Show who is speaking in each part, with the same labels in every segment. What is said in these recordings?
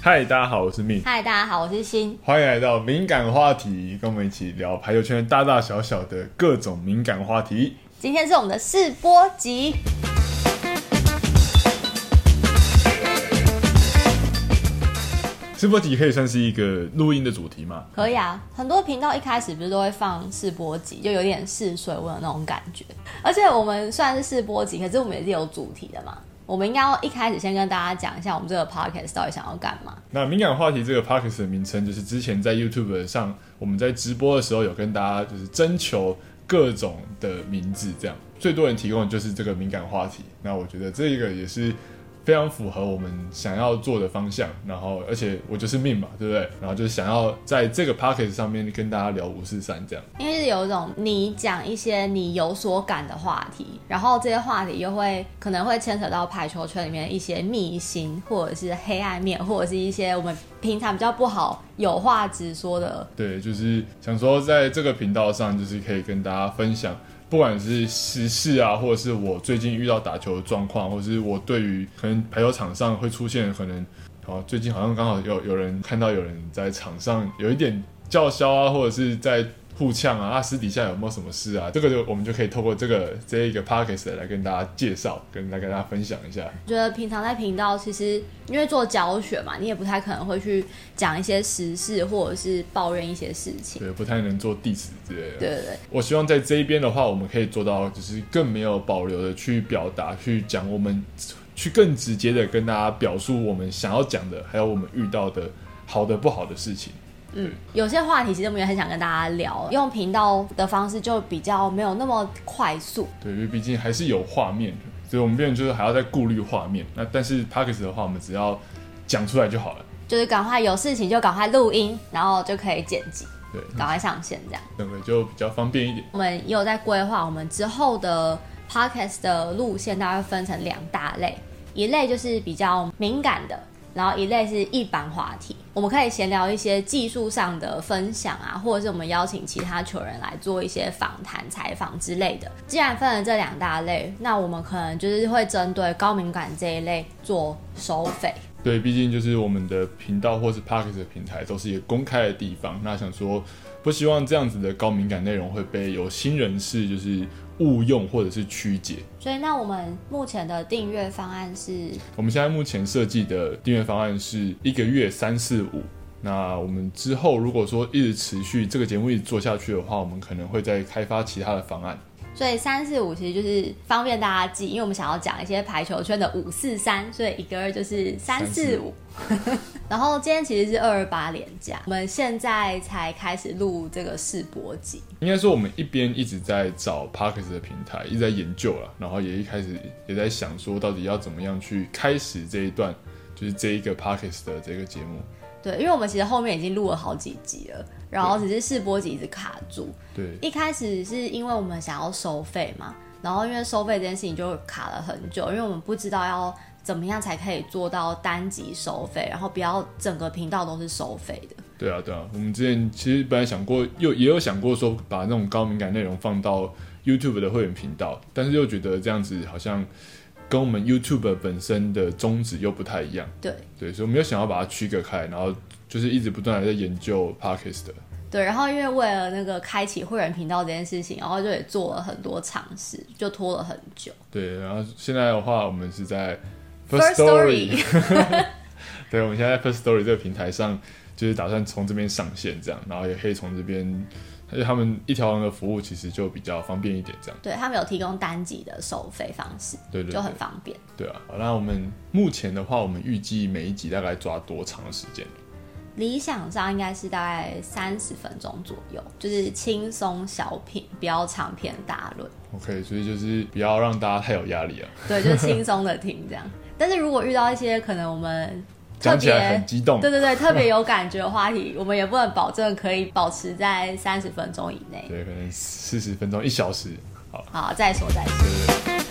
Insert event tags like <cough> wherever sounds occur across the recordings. Speaker 1: 嗨，大家好，我是 m
Speaker 2: 嗨，大家好，我是欣。
Speaker 1: 欢迎来到敏感话题，跟我们一起聊排球圈大大小小的各种敏感话题。
Speaker 2: 今天是我们的试播集，
Speaker 1: 直播集可以算是一个录音的主题吗？
Speaker 2: 可以啊。很多频道一开始不是都会放试播集，就有点试水温的那种感觉。而且我们虽然是试播集，可是我们也是有主题的嘛。我们应该要一开始先跟大家讲一下我们这个 podcast 到底想要干嘛。
Speaker 1: 那敏感话题这个 podcast 的名称，就是之前在 YouTube 上我们在直播的时候有跟大家就是征求各种的名字，这样最多人提供的就是这个敏感话题。那我觉得这个也是非常符合我们想要做的方向，然后而且我就是命嘛，对不对？然后就是想要在这个 podcast 上面跟大家聊五四三这样。
Speaker 2: 因为是有一种你讲一些你有所感的话题，然后这些话题又会可能会牵扯到排球圈里面一些秘辛，或者是黑暗面，或者是一些我们平常比较不好有话直说的
Speaker 1: 对，就是想说在这个频道上，就是可以跟大家分享，不管是时事啊，或者是我最近遇到打球的状况，或者是我对于可能排球场上会出现可能，哦，最近好像刚好有有人看到有人在场上有一点叫嚣啊，或者是在。互呛啊，啊，私底下有没有什么事啊？这个就我们就可以透过这个这一个 p o c k e t 来跟大家介绍，跟来跟大家分享一下。
Speaker 2: 觉得平常在频道，其实因为做教学嘛，你也不太可能会去讲一些时事，或者是抱怨一些事情。
Speaker 1: 对，不太能做 diss 之类的。
Speaker 2: 对对对，
Speaker 1: 我希望在这一边的话，我们可以做到，就是更没有保留的去表达、去讲我们，去更直接的跟大家表述我们想要讲的，还有我们遇到的好的、不好的事情。
Speaker 2: 嗯，有些话题其实我们也很想跟大家聊，用频道的方式就比较没有那么快速。
Speaker 1: 对，因为毕竟还是有画面的，所以我们变成就是还要再顾虑画面。那但是 p a c k e s 的话，我们只要讲出来就好了。
Speaker 2: 就是赶快有事情就赶快录音，然后就可以剪辑，
Speaker 1: 对，
Speaker 2: 赶快上线这样。
Speaker 1: 整个就比较方便一点。
Speaker 2: 我们也有在规划我们之后的 podcast 的路线，大概分成两大类，一类就是比较敏感的，然后一类是一般话题。我们可以闲聊一些技术上的分享啊，或者是我们邀请其他球员来做一些访谈、采访之类的。既然分了这两大类，那我们可能就是会针对高敏感这一类做收费。
Speaker 1: 对，毕竟就是我们的频道或是 p a c k e t 的平台都是一个公开的地方。那想说，不希望这样子的高敏感内容会被有心人士就是误用或者是曲解。
Speaker 2: 所以，那我们目前的订阅方案是
Speaker 1: 我们现在目前设计的订阅方案是一个月三四五。那我们之后如果说一直持续这个节目一直做下去的话，我们可能会再开发其他的方案。
Speaker 2: 所以三四五其实就是方便大家记，因为我们想要讲一些排球圈的五四三，所以一个二就是三四五。 <laughs> 然后今天其实是二二八连假，我们现在才开始录这个试播集，
Speaker 1: 应该说我们一边一直在找 Parkes 的平台，一直在研究啦，然后也一开始也在想说到底要怎么样去开始这一段，就是这一个 Parkes 的这个节目。
Speaker 2: 对，因为我们其实后面已经录了好几集了，然后只是试播集一直卡住。
Speaker 1: 对，
Speaker 2: 一开始是因为我们想要收费嘛，然后因为收费这件事情就卡了很久，因为我们不知道要怎么样才可以做到单集收费，然后不要整个频道都是收费的。
Speaker 1: 对啊，对啊，我们之前其实本来想过，又也有想过说把那种高敏感内容放到 YouTube 的会员频道，但是又觉得这样子好像跟我们 YouTube 本身的宗旨又不太一样，
Speaker 2: 对，
Speaker 1: 对，所以我们又想要把它区隔开，然后就是一直不断的在研究 Podcast 的。
Speaker 2: 对，然后因为为了那个开启会员频道这件事情，然后就也做了很多尝试，就拖了很久。
Speaker 1: 对，然后现在的话，我们是在
Speaker 2: First Story
Speaker 1: <laughs> 对，我们现在在 First Story 这个平台上，就是打算从这边上线这样，然后也可以从这边，而且他们一条龙的服务其实就比较方便一点这样。
Speaker 2: 对他们有提供单集的收费方式，
Speaker 1: 对对对
Speaker 2: 就很方便。
Speaker 1: 对啊，好那我们目前的话，我们预计每一集大概抓多长的时间？
Speaker 2: 理想上应该是大概三十分钟左右，就是轻松小品，不要长篇大论。
Speaker 1: OK，所以就是不要让大家太有压力啊，
Speaker 2: 对，就轻松的听这样。但是如果遇到一些可能我们特
Speaker 1: 讲起来
Speaker 2: 别
Speaker 1: 很激动。
Speaker 2: 对对对特别有感觉的话题，我们也不能保证可以保持在三十分钟以内。
Speaker 1: 对，可能四十分钟、一小时。好，
Speaker 2: 好，再说再说。
Speaker 1: 对对对。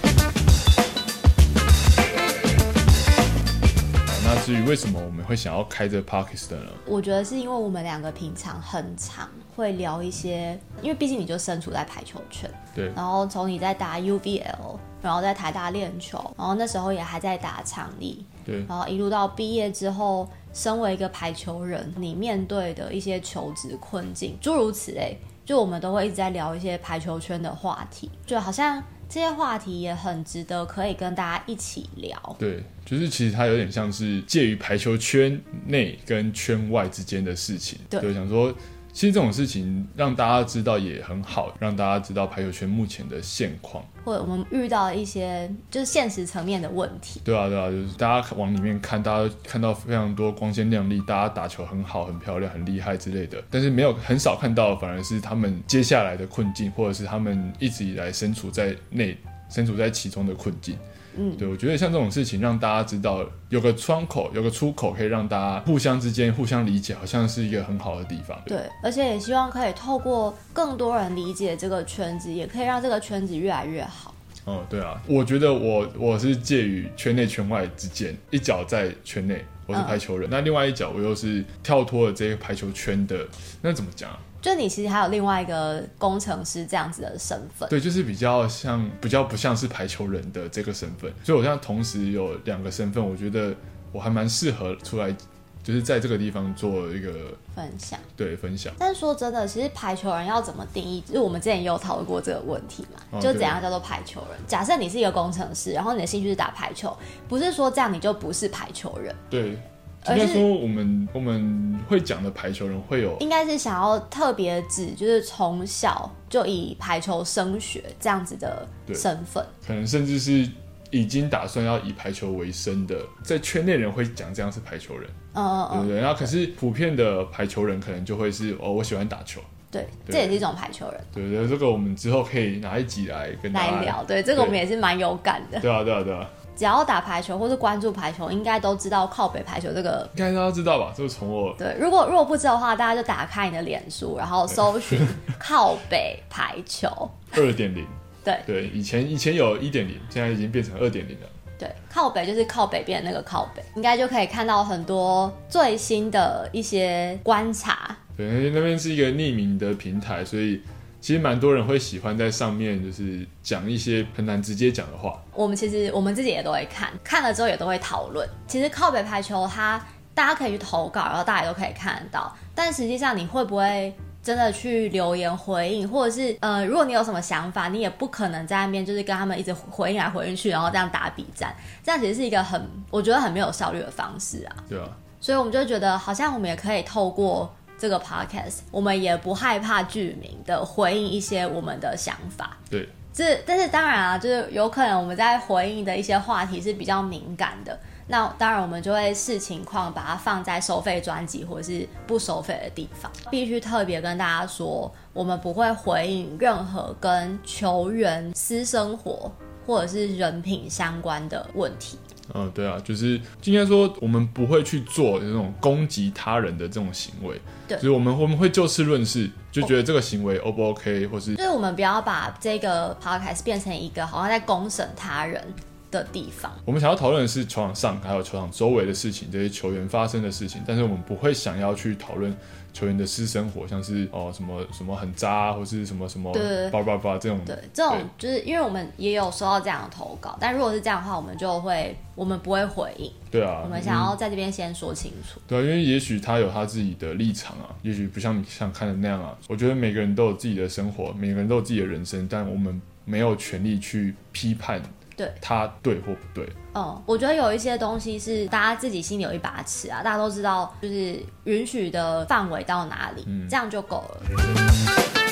Speaker 1: 好，那至于为什么我们会想要开这 p o d c a s t 呢？
Speaker 2: 我觉得是因为我们两个平常很常会聊一些，因为毕竟你就身处在排球圈，
Speaker 1: 对
Speaker 2: 然后从你在打 UBL，然后在台大练球，然后那时候也还在打场力，
Speaker 1: 对
Speaker 2: 然后一路到毕业之后，身为一个排球人，你面对的一些求职困境，诸如此类，就我们都会一直在聊一些排球圈的话题，就好像这些话题也很值得可以跟大家一起聊。
Speaker 1: 对，就是其实它有点像是介于排球圈内跟圈外之间的事情。
Speaker 2: 对
Speaker 1: 就想说。其实这种事情让大家知道也很好，让大家知道排球圈目前的现况。
Speaker 2: 或者我们遇到一些就是现实层面的问题。
Speaker 1: 对啊，对啊，就是大家往里面看，大家看到非常多光鲜亮丽，大家打球很好、很漂亮、很厉害之类的，但是没有很少看到，反而是他们接下来的困境，或者是他们一直以来身处在内、身处在其中的困境。
Speaker 2: 嗯，
Speaker 1: 对，我觉得像这种事情，让大家知道有个窗口、有个出口，可以让大家互相之间互相理解，好像是一个很好的地方。
Speaker 2: 对，而且也希望可以透过更多人理解这个圈子，也可以让这个圈子越来越好。
Speaker 1: 哦，对啊，我觉得我我是介于圈内圈外之间，一脚在圈内，我是
Speaker 2: 嗯
Speaker 1: 排球人，那另外一脚我又是跳脱了这个排球圈的，那怎么讲啊、
Speaker 2: 就你其实还有另外一个工程师这样子的身份，
Speaker 1: 对，就是比较像比较不像是排球人的这个身份，所以我现在同时有两个身份，我觉得我还蛮适合出来，就是在这个地方做一个
Speaker 2: 分享。
Speaker 1: 对分享。
Speaker 2: 但说真的，其实排球人要怎么定义？就是我们之前也有讨论过这个问题嘛，
Speaker 1: 哦
Speaker 2: 就
Speaker 1: 对
Speaker 2: 怎样叫做排球人？假设你是一个工程师，然后你的兴趣是打排球，不是说这样你就不是排球人，
Speaker 1: 对，
Speaker 2: 而
Speaker 1: 应该
Speaker 2: 是
Speaker 1: 说我们我们会讲的排球人会有
Speaker 2: 应该是想要特别指，就是从小就以排球升学这样子的
Speaker 1: 对
Speaker 2: 身份。
Speaker 1: 可能甚至是已经打算要以排球为生的，在圈内人会讲这样是排球人，
Speaker 2: 嗯嗯
Speaker 1: 对不
Speaker 2: 嗯，
Speaker 1: 对？然后可是普遍的排球人可能就会是哦，我喜欢打球，
Speaker 2: 对，
Speaker 1: 对
Speaker 2: 这也是一种排球人
Speaker 1: 对不对？这个我们之后可以拿一集来跟大家
Speaker 2: 来聊。对，这个我们也是蛮有感的。
Speaker 1: 对啊，对啊，对啊，
Speaker 2: 只要打排球或是关注排球，应该都知道靠北排球这个。
Speaker 1: 应该大家知道吧？这个从我
Speaker 2: 对，如果如果不知道的话，大家就打开你的脸书，然后搜寻靠北排球。
Speaker 1: 二点零，
Speaker 2: 对
Speaker 1: 对，以前以前有一点零，现在已经变成二点零了。
Speaker 2: 对，靠北就是靠北边的那个靠北，应该就可以看到很多最新的一些观察。
Speaker 1: 对，因为那边是一个匿名的平台，所以其实蛮多人会喜欢在上面就是讲一些很难直接讲的话。
Speaker 2: 我们其实我们自己也都会看，看了之后也都会讨论。其实靠北排球它大家可以去投稿，然后大家也都可以看得到，但实际上你会不会？真的去留言回应，或者是呃，如果你有什么想法，你也不可能在那边就是跟他们一直回应来回应去，然后这样打比战，这样其实是一个很我觉得很没有效率的方式啊。
Speaker 1: 对啊，
Speaker 2: 所以我们就觉得，好像我们也可以透过这个 podcast，我们也不害怕剧名的回应一些我们的想法。
Speaker 1: 对，
Speaker 2: 这但是当然啊，就是有可能我们在回应的一些话题是比较敏感的，那当然我们就会视情况把它放在收费专辑或是不收费的地方。必须特别跟大家说，我们不会回应任何跟球员私生活或者是人品相关的问题。
Speaker 1: 嗯，对啊，就是应该说我们不会去做那种攻击他人的这种行为，
Speaker 2: 对哦
Speaker 1: 就是我们我们会就事论事，就觉得这个行为 O 不 OK，或是
Speaker 2: 就是我们不要把这个 podcast 变成一个好像在公审他人的地方。
Speaker 1: 我们想要讨论的是球场上还有球场周围的事情，这些球员发生的事情，但是我们不会想要去讨论球员的私生活，像是哦什么什么很渣，或是什么什么
Speaker 2: 对对对
Speaker 1: 叭叭叭这种，
Speaker 2: 对，这种就是因为我们也有收到这样的投稿，但如果是这样的话，我们就会我们不会回应，
Speaker 1: 对啊，
Speaker 2: 我们想要在这边先说清楚。
Speaker 1: 对啊，因为也许他有他自己的立场啊，也许不像你想看的那样啊。我觉得每个人都有自己的生活，每个人都有自己的人生，但我们没有权利去批判
Speaker 2: 对
Speaker 1: 他对或不对。
Speaker 2: 嗯，我觉得有一些东西是大家自己心里有一把尺啊，大家都知道就是允许的范围到哪里，
Speaker 1: 嗯
Speaker 2: 这样就够了。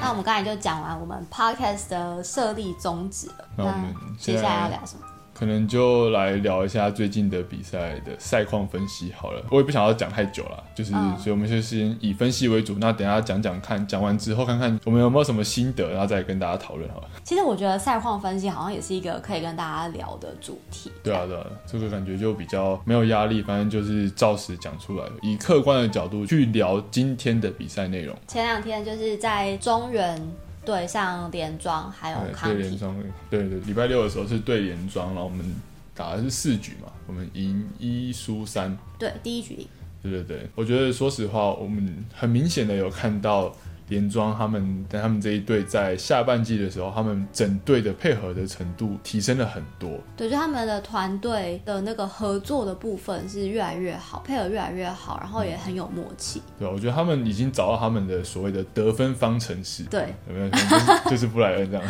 Speaker 2: 那我们刚才就讲完我们 podcast 的设立宗旨了，
Speaker 1: 那我们
Speaker 2: 接下来要聊什么？
Speaker 1: 可能就来聊一下最近的比赛的赛况分析好了。我也不想要讲太久了，就是、
Speaker 2: 嗯
Speaker 1: 所以我们就先以分析为主。那等一下讲讲看，讲完之后看看我们有没有什么心得，然后再跟大家讨论好了。
Speaker 2: 其实我觉得赛况分析好像也是一个可以跟大家聊的主题。
Speaker 1: 对啊，对啊，这个感觉就比较没有压力，反正就是照实讲出来，以客观的角度去聊今天的比赛内容。
Speaker 2: 前两天就是在中原对上连庄还有
Speaker 1: 对，
Speaker 2: 康
Speaker 1: 对联
Speaker 2: 体，
Speaker 1: 庄，对对，礼拜六的时候是对联庄，然后我们打的是四局嘛，我们赢一输三。
Speaker 2: 对，第一局赢。
Speaker 1: 对对对，我觉得说实话，我们很明显的有看到连庄他们他们这一队在下半季的时候，他们整队的配合的程度提升了很多。
Speaker 2: 对，就他们的团队的那个合作的部分是越来越好，配合越来越好，然后也很有默契。
Speaker 1: 对吧，我觉得他们已经找到他们的所谓的得分方程式。
Speaker 2: 对，
Speaker 1: 有没有？就是就是布莱恩这样。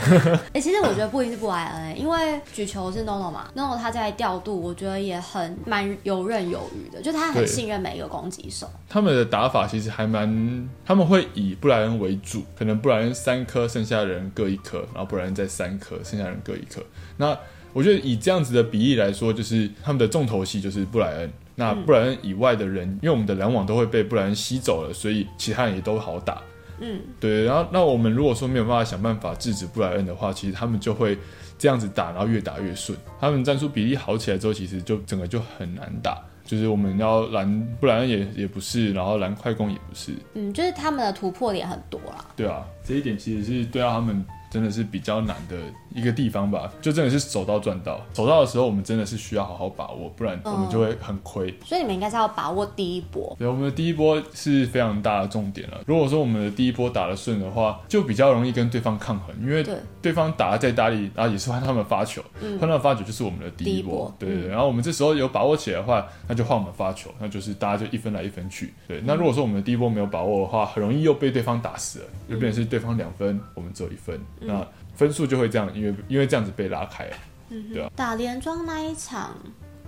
Speaker 2: 哎、其实我觉得不一定是布莱恩、欸，因为举球是 NONO 嘛，NONO 他在调度，我觉得也很蛮游刃有余的，就他很
Speaker 1: 对
Speaker 2: 信任每一个攻击手。
Speaker 1: 他们的打法其实还蛮，他们会以布莱恩为主，可能布莱恩三颗，剩下的人各一颗，然后布莱恩再三颗，剩下的人各一颗。那我觉得以这样子的比例来说，就是他们的重头戏就是布莱恩。那布莱恩以外的人，因为我们的篮网都会被布莱恩吸走了，所以其他人也都好打。
Speaker 2: 嗯，
Speaker 1: 对，然后那我们如果说没有办法想办法制止布莱恩的话，其实他们就会这样子打，然后越打越顺。他们战术比例好起来之后，其实就整个就很难打。就是我们要拦布莱恩也也不是，然后拦快攻也不是，
Speaker 2: 嗯，就是他们的突破点很多啦。
Speaker 1: 对啊，这一点其实是对啊到他们真的是比较难的一个地方吧。就真的是手到赚到，手到的时候我们真的是需要好好把握，不然我们就会很亏。
Speaker 2: 所以你们应该是要把握第一波。
Speaker 1: 对，我们的第一波是非常大的重点了。如果说我们的第一波打得顺的话，就比较容易跟对方抗衡，因为
Speaker 2: 对嗯
Speaker 1: 对方打得再大力，啊然后也是换他们发球，换他们发球就是我们的第
Speaker 2: 第一
Speaker 1: 一波
Speaker 2: 波。嗯
Speaker 1: 对对对，然后我们这时候有把握起来的话，那就换我们发球，那就是大家就一分来一分去。对，
Speaker 2: 嗯
Speaker 1: 那如果说我们的第一波没有把握的话，很容易又被对方打死了，
Speaker 2: 嗯
Speaker 1: 就变成是对方两分，我们只有一分，那分数就会这样，因为因为这样子被拉开了。
Speaker 2: 打连庄那一场，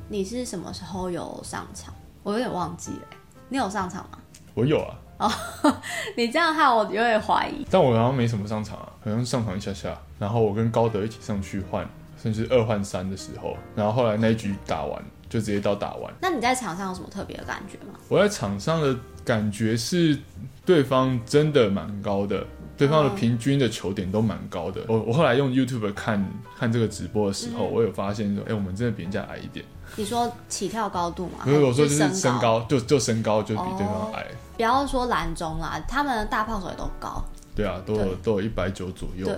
Speaker 2: 你是什么时候有上场？我有点忘记了欸、你有上场吗？
Speaker 1: 我有啊，
Speaker 2: <laughs> 你这样害我有点怀疑。
Speaker 1: 但我好像没什么上场啊，好像上场一下下，然后我跟高德一起上去换，甚至二换三的时候，然后后来那一局打完就直接到打完。
Speaker 2: 那你在场上有什么特别的感觉吗？
Speaker 1: 我在场上的感觉是，对方真的蛮高的，对方的平均的球点都蛮高的。我我后来用 YouTube 看看这个直播的时候，我有发现说，哎、我们真的比人家矮一点。
Speaker 2: 你说起跳高度吗？
Speaker 1: 所以我说就
Speaker 2: 还
Speaker 1: 是身高，就就身高就比对
Speaker 2: 哦
Speaker 1: 方矮。
Speaker 2: 不要说蓝中啦，他们的大炮手也都高。
Speaker 1: 对啊，都
Speaker 2: 对
Speaker 1: 有都有一百九左右。
Speaker 2: 对，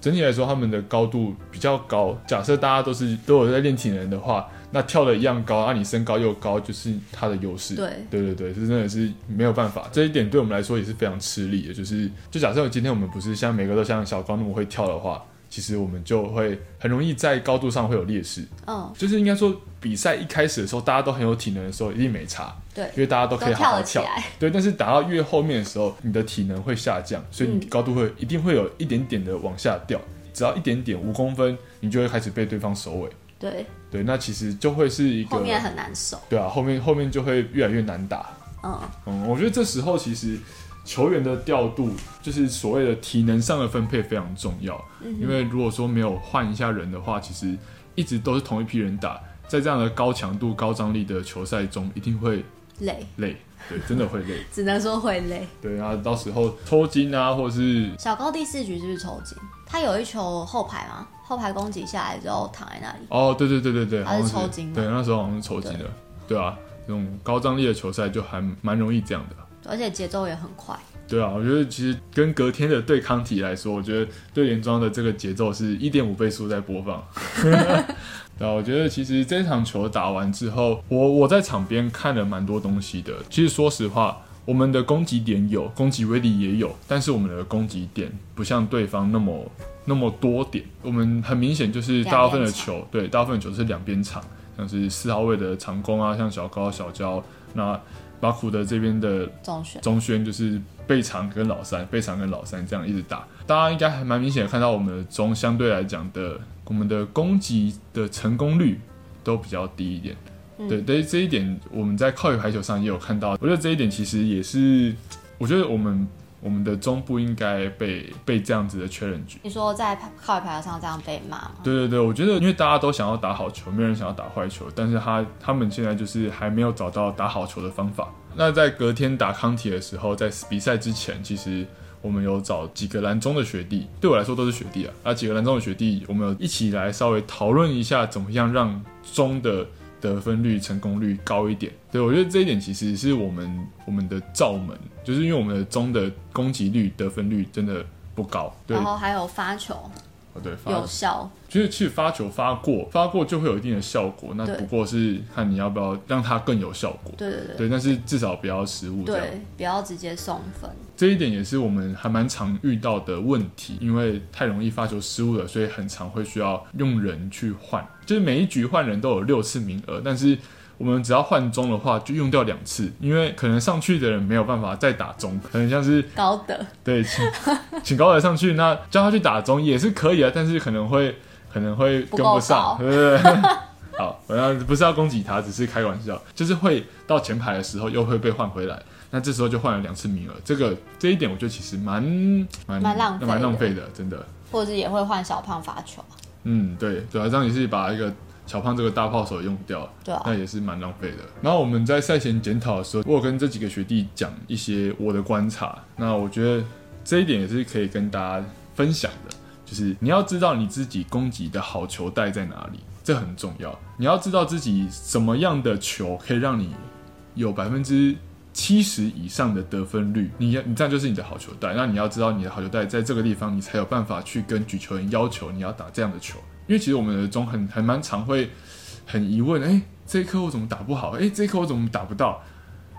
Speaker 1: 整体来说，他们的高度比较高。假设大家都是都有在练体能的话，那跳的一样高，啊那、你身高又高，就是他的优势。
Speaker 2: 对
Speaker 1: 对对对，这真的是没有办法。这一点对我们来说也是非常吃力的。就是，就假设今天我们不是像每个都像小高那么会跳的话，其实我们就会很容易在高度上会有劣势。
Speaker 2: 嗯，
Speaker 1: 就是应该说，比赛一开始的时候，大家都很有体能的时候，一定没差。
Speaker 2: 对
Speaker 1: 因，为大家都可以好好
Speaker 2: 都跳得起来
Speaker 1: 对。但是打到越后面的时候，你的体能会下降，所以你
Speaker 2: 嗯
Speaker 1: 高度会、一定会有一点点的往下掉，只要一点点五公分，你就会开始被对方收尾。
Speaker 2: 对，
Speaker 1: 对，那其实就会是一个
Speaker 2: 后面很难守。
Speaker 1: 对啊，后面后面就会越来越难打。
Speaker 2: 嗯，
Speaker 1: 嗯，我觉得这时候其实球员的调度，就是所谓的体能上的分配非常重要。
Speaker 2: 嗯
Speaker 1: 因为如果说没有换一下人的话，其实一直都是同一批人打，在这样的高强度、高张力的球赛中，一定会
Speaker 2: 累，
Speaker 1: 累。对，真的会累。
Speaker 2: 只能说会累。
Speaker 1: 对，然后到时候抽筋啊，或者是
Speaker 2: 小高第四局是不是抽筋？他有一球后排嘛，后排攻击下来之后躺在那里。
Speaker 1: 哦，对对对对对，
Speaker 2: 还是
Speaker 1: 好像
Speaker 2: 抽筋吗啊
Speaker 1: 对，那时候好像是抽筋的，对啊，这种高张力的球赛就还蛮容易这样的。
Speaker 2: 而且节奏也很快。
Speaker 1: 对啊，我觉得其实跟隔天的对抗体来说，我觉得对联庄的这个节奏是一点五倍速在播放。对啊，我觉得其实这场球打完之后，我我在场边看了蛮多东西的。其实说实话，我们的攻击点有，攻击威力也有，但是我们的攻击点不像对方那么那么多点。我们很明显就是大部分的球，对，大部分的球是两边场，像是四号位的长攻啊，像小高、小焦，那巴库的这边的
Speaker 2: 中选
Speaker 1: 中轩就是背长跟老三，背长跟老三这样一直打，大家应该还蛮明显地看到我们的中相对来讲的，我们的攻击的成功率都比较低一点。
Speaker 2: 嗯
Speaker 1: 对，对这一点我们在靠野排球上也有看到，我觉得这一点其实也是，我觉得我们我们的中不应该被被这样子的 challenge。
Speaker 2: 你说在靠海牌上这样被骂吗？
Speaker 1: 对对对，我觉得因为大家都想要打好球，没有人想要打坏球，但是他他们现在就是还没有找到打好球的方法。那在隔天打康体的时候，在比赛之前，其实我们有找几个蓝中的学弟，对我来说都是学弟啊。那几个蓝中的学弟，我们有一起来稍微讨论一下，怎么样让中的得分率、成功率高一点。对我觉得这一点其实是我们我们的罩门，就是因为我们的中的攻击率、得分率真的不高。对
Speaker 2: 然，后还有发球，
Speaker 1: 哦，对，发
Speaker 2: 哦有效。
Speaker 1: 其实其实发球发过，发过就会有一定的效果，那
Speaker 2: 对
Speaker 1: 不过是看你要不要让它更有效果。
Speaker 2: 对对对
Speaker 1: 对，但是至少不要失误这样。
Speaker 2: 对，不要直接送分。
Speaker 1: 这一点也是我们还蛮常遇到的问题，因为太容易发球失误了，所以很常会需要用人去换，就是每一局换人都有六次名额，但是我们只要换中的话，就用掉两次，因为可能上去的人没有办法再打中，可能像是
Speaker 2: 高德
Speaker 1: 对，请请高德上去，那叫他去打中也是可以啊，但是可能会可能会跟不上，
Speaker 2: 不
Speaker 1: 对对 <laughs> 对。好，我要不是要攻击他，只是开玩笑，就是会到前排的时候又会被换回来，那这时候就换了两次名额，这个这一点我觉得其实蛮蛮
Speaker 2: 蛮浪费的
Speaker 1: 蛮浪费的，真的。
Speaker 2: 或者是也会换小胖发球，啊
Speaker 1: 嗯，对，主要这样也是把一个小胖这个大炮手用掉了。
Speaker 2: 对啊
Speaker 1: 那，也是蛮浪费的。然后我们在赛前检讨的时候，我有跟这几个学弟讲一些我的观察，那我觉得这一点也是可以跟大家分享的，就是你要知道你自己攻击的好球带在哪里，这很重要。你要知道自己什么样的球可以让你有百分之。七十以上的得分率，你要你这样就是你的好球带。那你要知道你的好球带在这个地方，你才有办法去跟举球员要求你要打这样的球。因为其实我们的中很还蛮常会很疑问，哎、这一颗我怎么打不好？哎、这一颗我怎么打不到？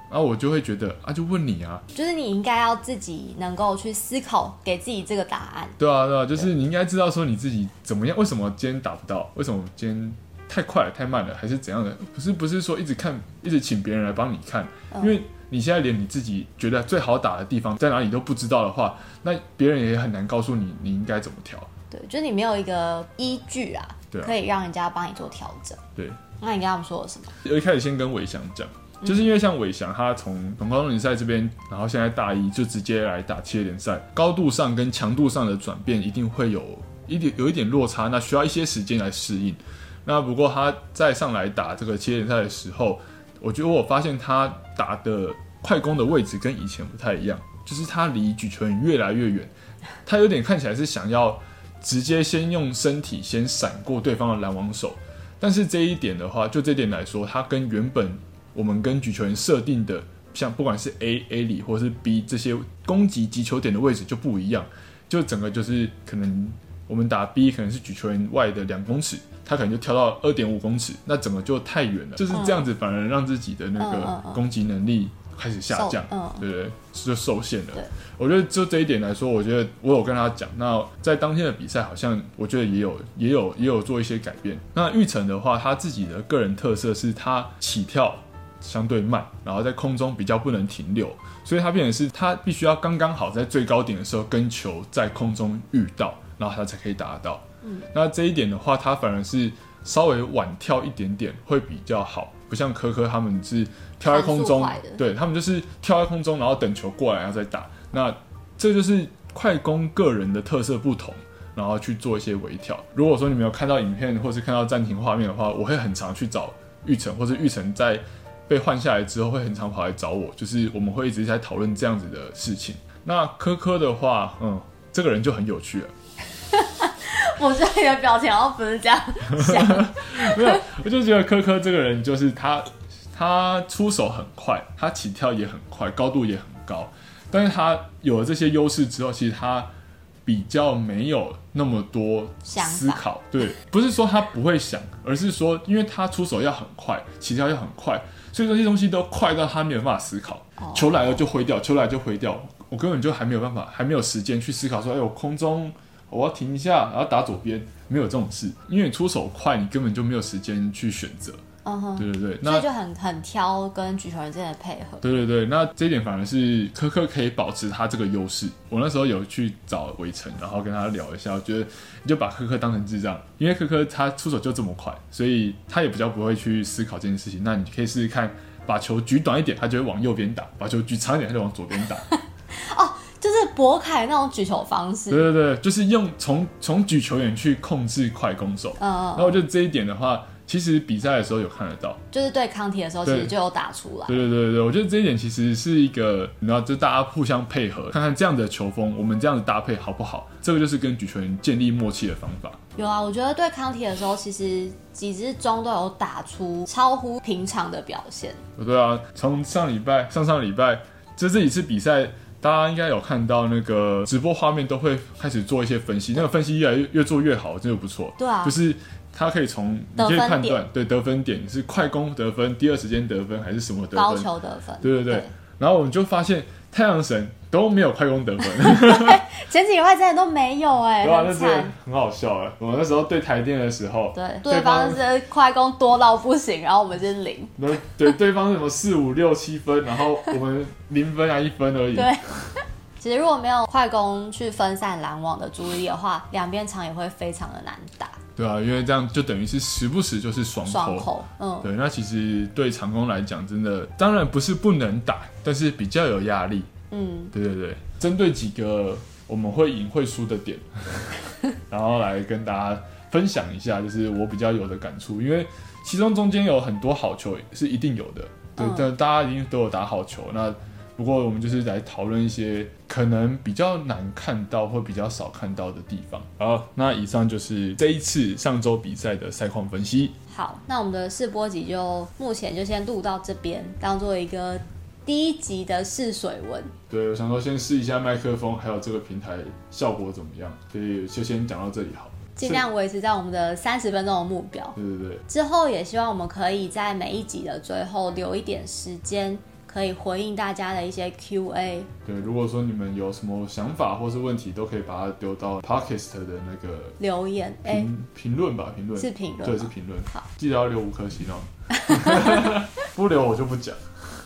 Speaker 1: 然后我就会觉得啊，就问你啊，
Speaker 2: 就是你应该要自己能够去思考，给自己这个答案。
Speaker 1: 对啊，对啊，就是你应该知道说你自己怎么样，为什么今天打不到，为什么今天太快了、太慢了，还是怎样的？不是不是说一直看，一直请别人来帮你看，
Speaker 2: 嗯
Speaker 1: 因为你现在连你自己觉得最好打的地方在哪里都不知道的话，那别人也很难告诉你你应该怎么调。
Speaker 2: 对，就是你没有一个依据啊，
Speaker 1: 对啊
Speaker 2: 可以让人家帮你做调整。
Speaker 1: 对，
Speaker 2: 那你跟他们说了什么？
Speaker 1: 我一开始先跟伟翔讲，就是因为像伟翔，他从从高中联赛这边，然后现在大一就直接来打企业联赛，高度上跟强度上的转变一定会有一点有一点落差，那需要一些时间来适应。那不过他再上来打这个企业联赛的时候，我觉得我发现他打的快攻的位置跟以前不太一样，就是他离举球员越来越远，他有点看起来是想要直接先用身体先闪过对方的拦网手，但是这一点的话，就这点来说，它跟原本我们跟举球员设定的，像不管是 A A 里或是 B 这些攻击击球点的位置就不一样，就整个就是可能我们打 B 可能是举球员外的两公尺，他可能就跳到二点五公尺，那整个就太远了，就是这样子反而让自己的那
Speaker 2: 嗯嗯
Speaker 1: 个
Speaker 2: 嗯
Speaker 1: 攻击能力开始下降
Speaker 2: 受，嗯
Speaker 1: 对不对？就受限了
Speaker 2: 对。
Speaker 1: 我觉得就这一点来说，我觉得我有跟他讲。那在当天的比赛，好像我觉得也有也有也有做一些改变。那玉成的话，他自己的个人特色是他起跳相对慢，然后在空中比较不能停留，所以他变成是他必须要刚刚好在最高点的时候跟球在空中遇到，然后他才可以打得到。
Speaker 2: 嗯，
Speaker 1: 那这一点的话，他反而是稍微晚跳一点点会比较好，不像科科他们是跳在空中
Speaker 2: 快速快的，
Speaker 1: 对他们就是跳在空中，然后等球过来然后再打。那这就是快攻个人的特色不同，然后去做一些微调。如果说你没有看到影片或是看到暂停画面的话，我会很常去找玉成，或是玉成在被换下来之后会很常跑来找我，就是我们会一直在讨论这样子的事情。那科科的话，嗯，这个人就很有趣了。 <laughs>
Speaker 2: 我觉得你的表情好像不是这样
Speaker 1: <laughs>
Speaker 2: 想。
Speaker 1: 没有，我就觉得科科这个人就是他，他出手很快，他起跳也很快，高度也很高，但是他有了这些优势之后，其实他比较没有那么多
Speaker 2: 想法
Speaker 1: 思考，对，不是说他不会想，而是说因为他出手要很快，起跳要很快，所以这些东西都快到他没有办法思考
Speaker 2: 哦，
Speaker 1: 球来了就挥掉，球来了就挥掉，我根本就还没有办法，还没有时间去思考说，哎、我空中我要停一下，然后打左边，没有这种事，因为你出手快，你根本就没有时间去选择，
Speaker 2: 嗯哼，
Speaker 1: 对对对，
Speaker 2: 所
Speaker 1: 那
Speaker 2: 以就很很挑跟举球人之间的配合。
Speaker 1: 对对对，那这一点反而是科科可以保持他这个优势。我那时候有去找围城，然后跟他聊一下，我觉得你就把科科当成智障，因为科科他出手就这么快，所以他也比较不会去思考这件事情。那你可以试试看，把球举短一点，他就会往右边打；把球举长一点，他就往左边打。
Speaker 2: 就是博凯那种举球方式。
Speaker 1: 对对对，就是用从从举球员去控制快攻手。
Speaker 2: 嗯，
Speaker 1: 然
Speaker 2: 嗯
Speaker 1: 后我觉得这一点的话，其实比赛的时候有看得到。
Speaker 2: 就是对康体的时候，其实
Speaker 1: 对
Speaker 2: 就有打出来。
Speaker 1: 对对对对，我觉得这一点其实是一个，你知道，就大家互相配合，看看这样的球风，我们这样子搭配好不好？这个就是跟举球员建立默契的方法。
Speaker 2: 有啊，我觉得对康体的时候，其实几支中都有打出超乎平常的表现。
Speaker 1: 对啊，从上礼拜、上上礼拜，就这几次比赛，大家应该有看到那个直播画面都会开始做一些分析，那个分析越来越越做越好，真的不错。
Speaker 2: 对啊
Speaker 1: 就是他可以从你
Speaker 2: 得
Speaker 1: 可以
Speaker 2: 分
Speaker 1: 判
Speaker 2: 点
Speaker 1: 断，对得分点是快攻得分、第二时间得分还是什么得分？
Speaker 2: 高球得分。
Speaker 1: 对对对。然后我们就发现太阳神都没有快攻得
Speaker 2: <laughs>
Speaker 1: 分，
Speaker 2: 前几个外真的都没有哎、
Speaker 1: 对啊，那
Speaker 2: 很
Speaker 1: 真的
Speaker 2: 惨。
Speaker 1: 很好笑哎。我那时候对台电的时候，
Speaker 2: 对，
Speaker 1: 对啊
Speaker 2: 对
Speaker 1: 方
Speaker 2: 方是快攻多到不行，然后我们是零。
Speaker 1: 那对 <laughs> 对方什么四五六七分，然后我们零分啊一分而已。
Speaker 2: 对其实如果没有快攻去分散拦网的注意力的话，两边场也会非常的难打，
Speaker 1: 对啊，因为这样就等于是时不时就是双
Speaker 2: 双扣。嗯，
Speaker 1: 对，那其实对长工来讲，真的当然不是不能打，但是比较有压力。
Speaker 2: 嗯，
Speaker 1: 对对对，针对几个我们会赢会输的点，然后来跟大家分享一下，就是我比较有的感触，因为其中中间有很多好球是一定有的，对
Speaker 2: 嗯，
Speaker 1: 但大家一定都有打好球。那不过我们就是来讨论一些可能比较难看到或比较少看到的地方。好，那以上就是这一次上周比赛的赛况分析。
Speaker 2: 好，那我们的试播集就目前就先录到这边，当做一个第一集的试水文。
Speaker 1: 对，我想说先试一下麦克风，还有这个平台效果怎么样，所以就先讲到这里好了。
Speaker 2: 尽量维持在我们的三十分钟的目标。
Speaker 1: 对对对，
Speaker 2: 之后也希望我们可以在每一集的最后留一点时间，可以回应大家的一些 Q&A。
Speaker 1: 对，如果说你们有什么想法或是问题，都可以把它丢到 Podcast 的那个
Speaker 2: 留言，哎、
Speaker 1: 评、评论吧，评论
Speaker 2: 是评论
Speaker 1: 嗯对，
Speaker 2: 吗
Speaker 1: 是评论
Speaker 2: 好，
Speaker 1: 记得要留五颗星哦，
Speaker 2: <laughs>
Speaker 1: <laughs> 不留我就不讲。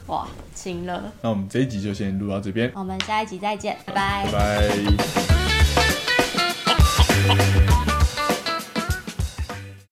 Speaker 2: 哇，晴了，
Speaker 1: 那我们这一集就先录到这边，
Speaker 2: 我们下一集再见，拜拜
Speaker 1: 拜拜。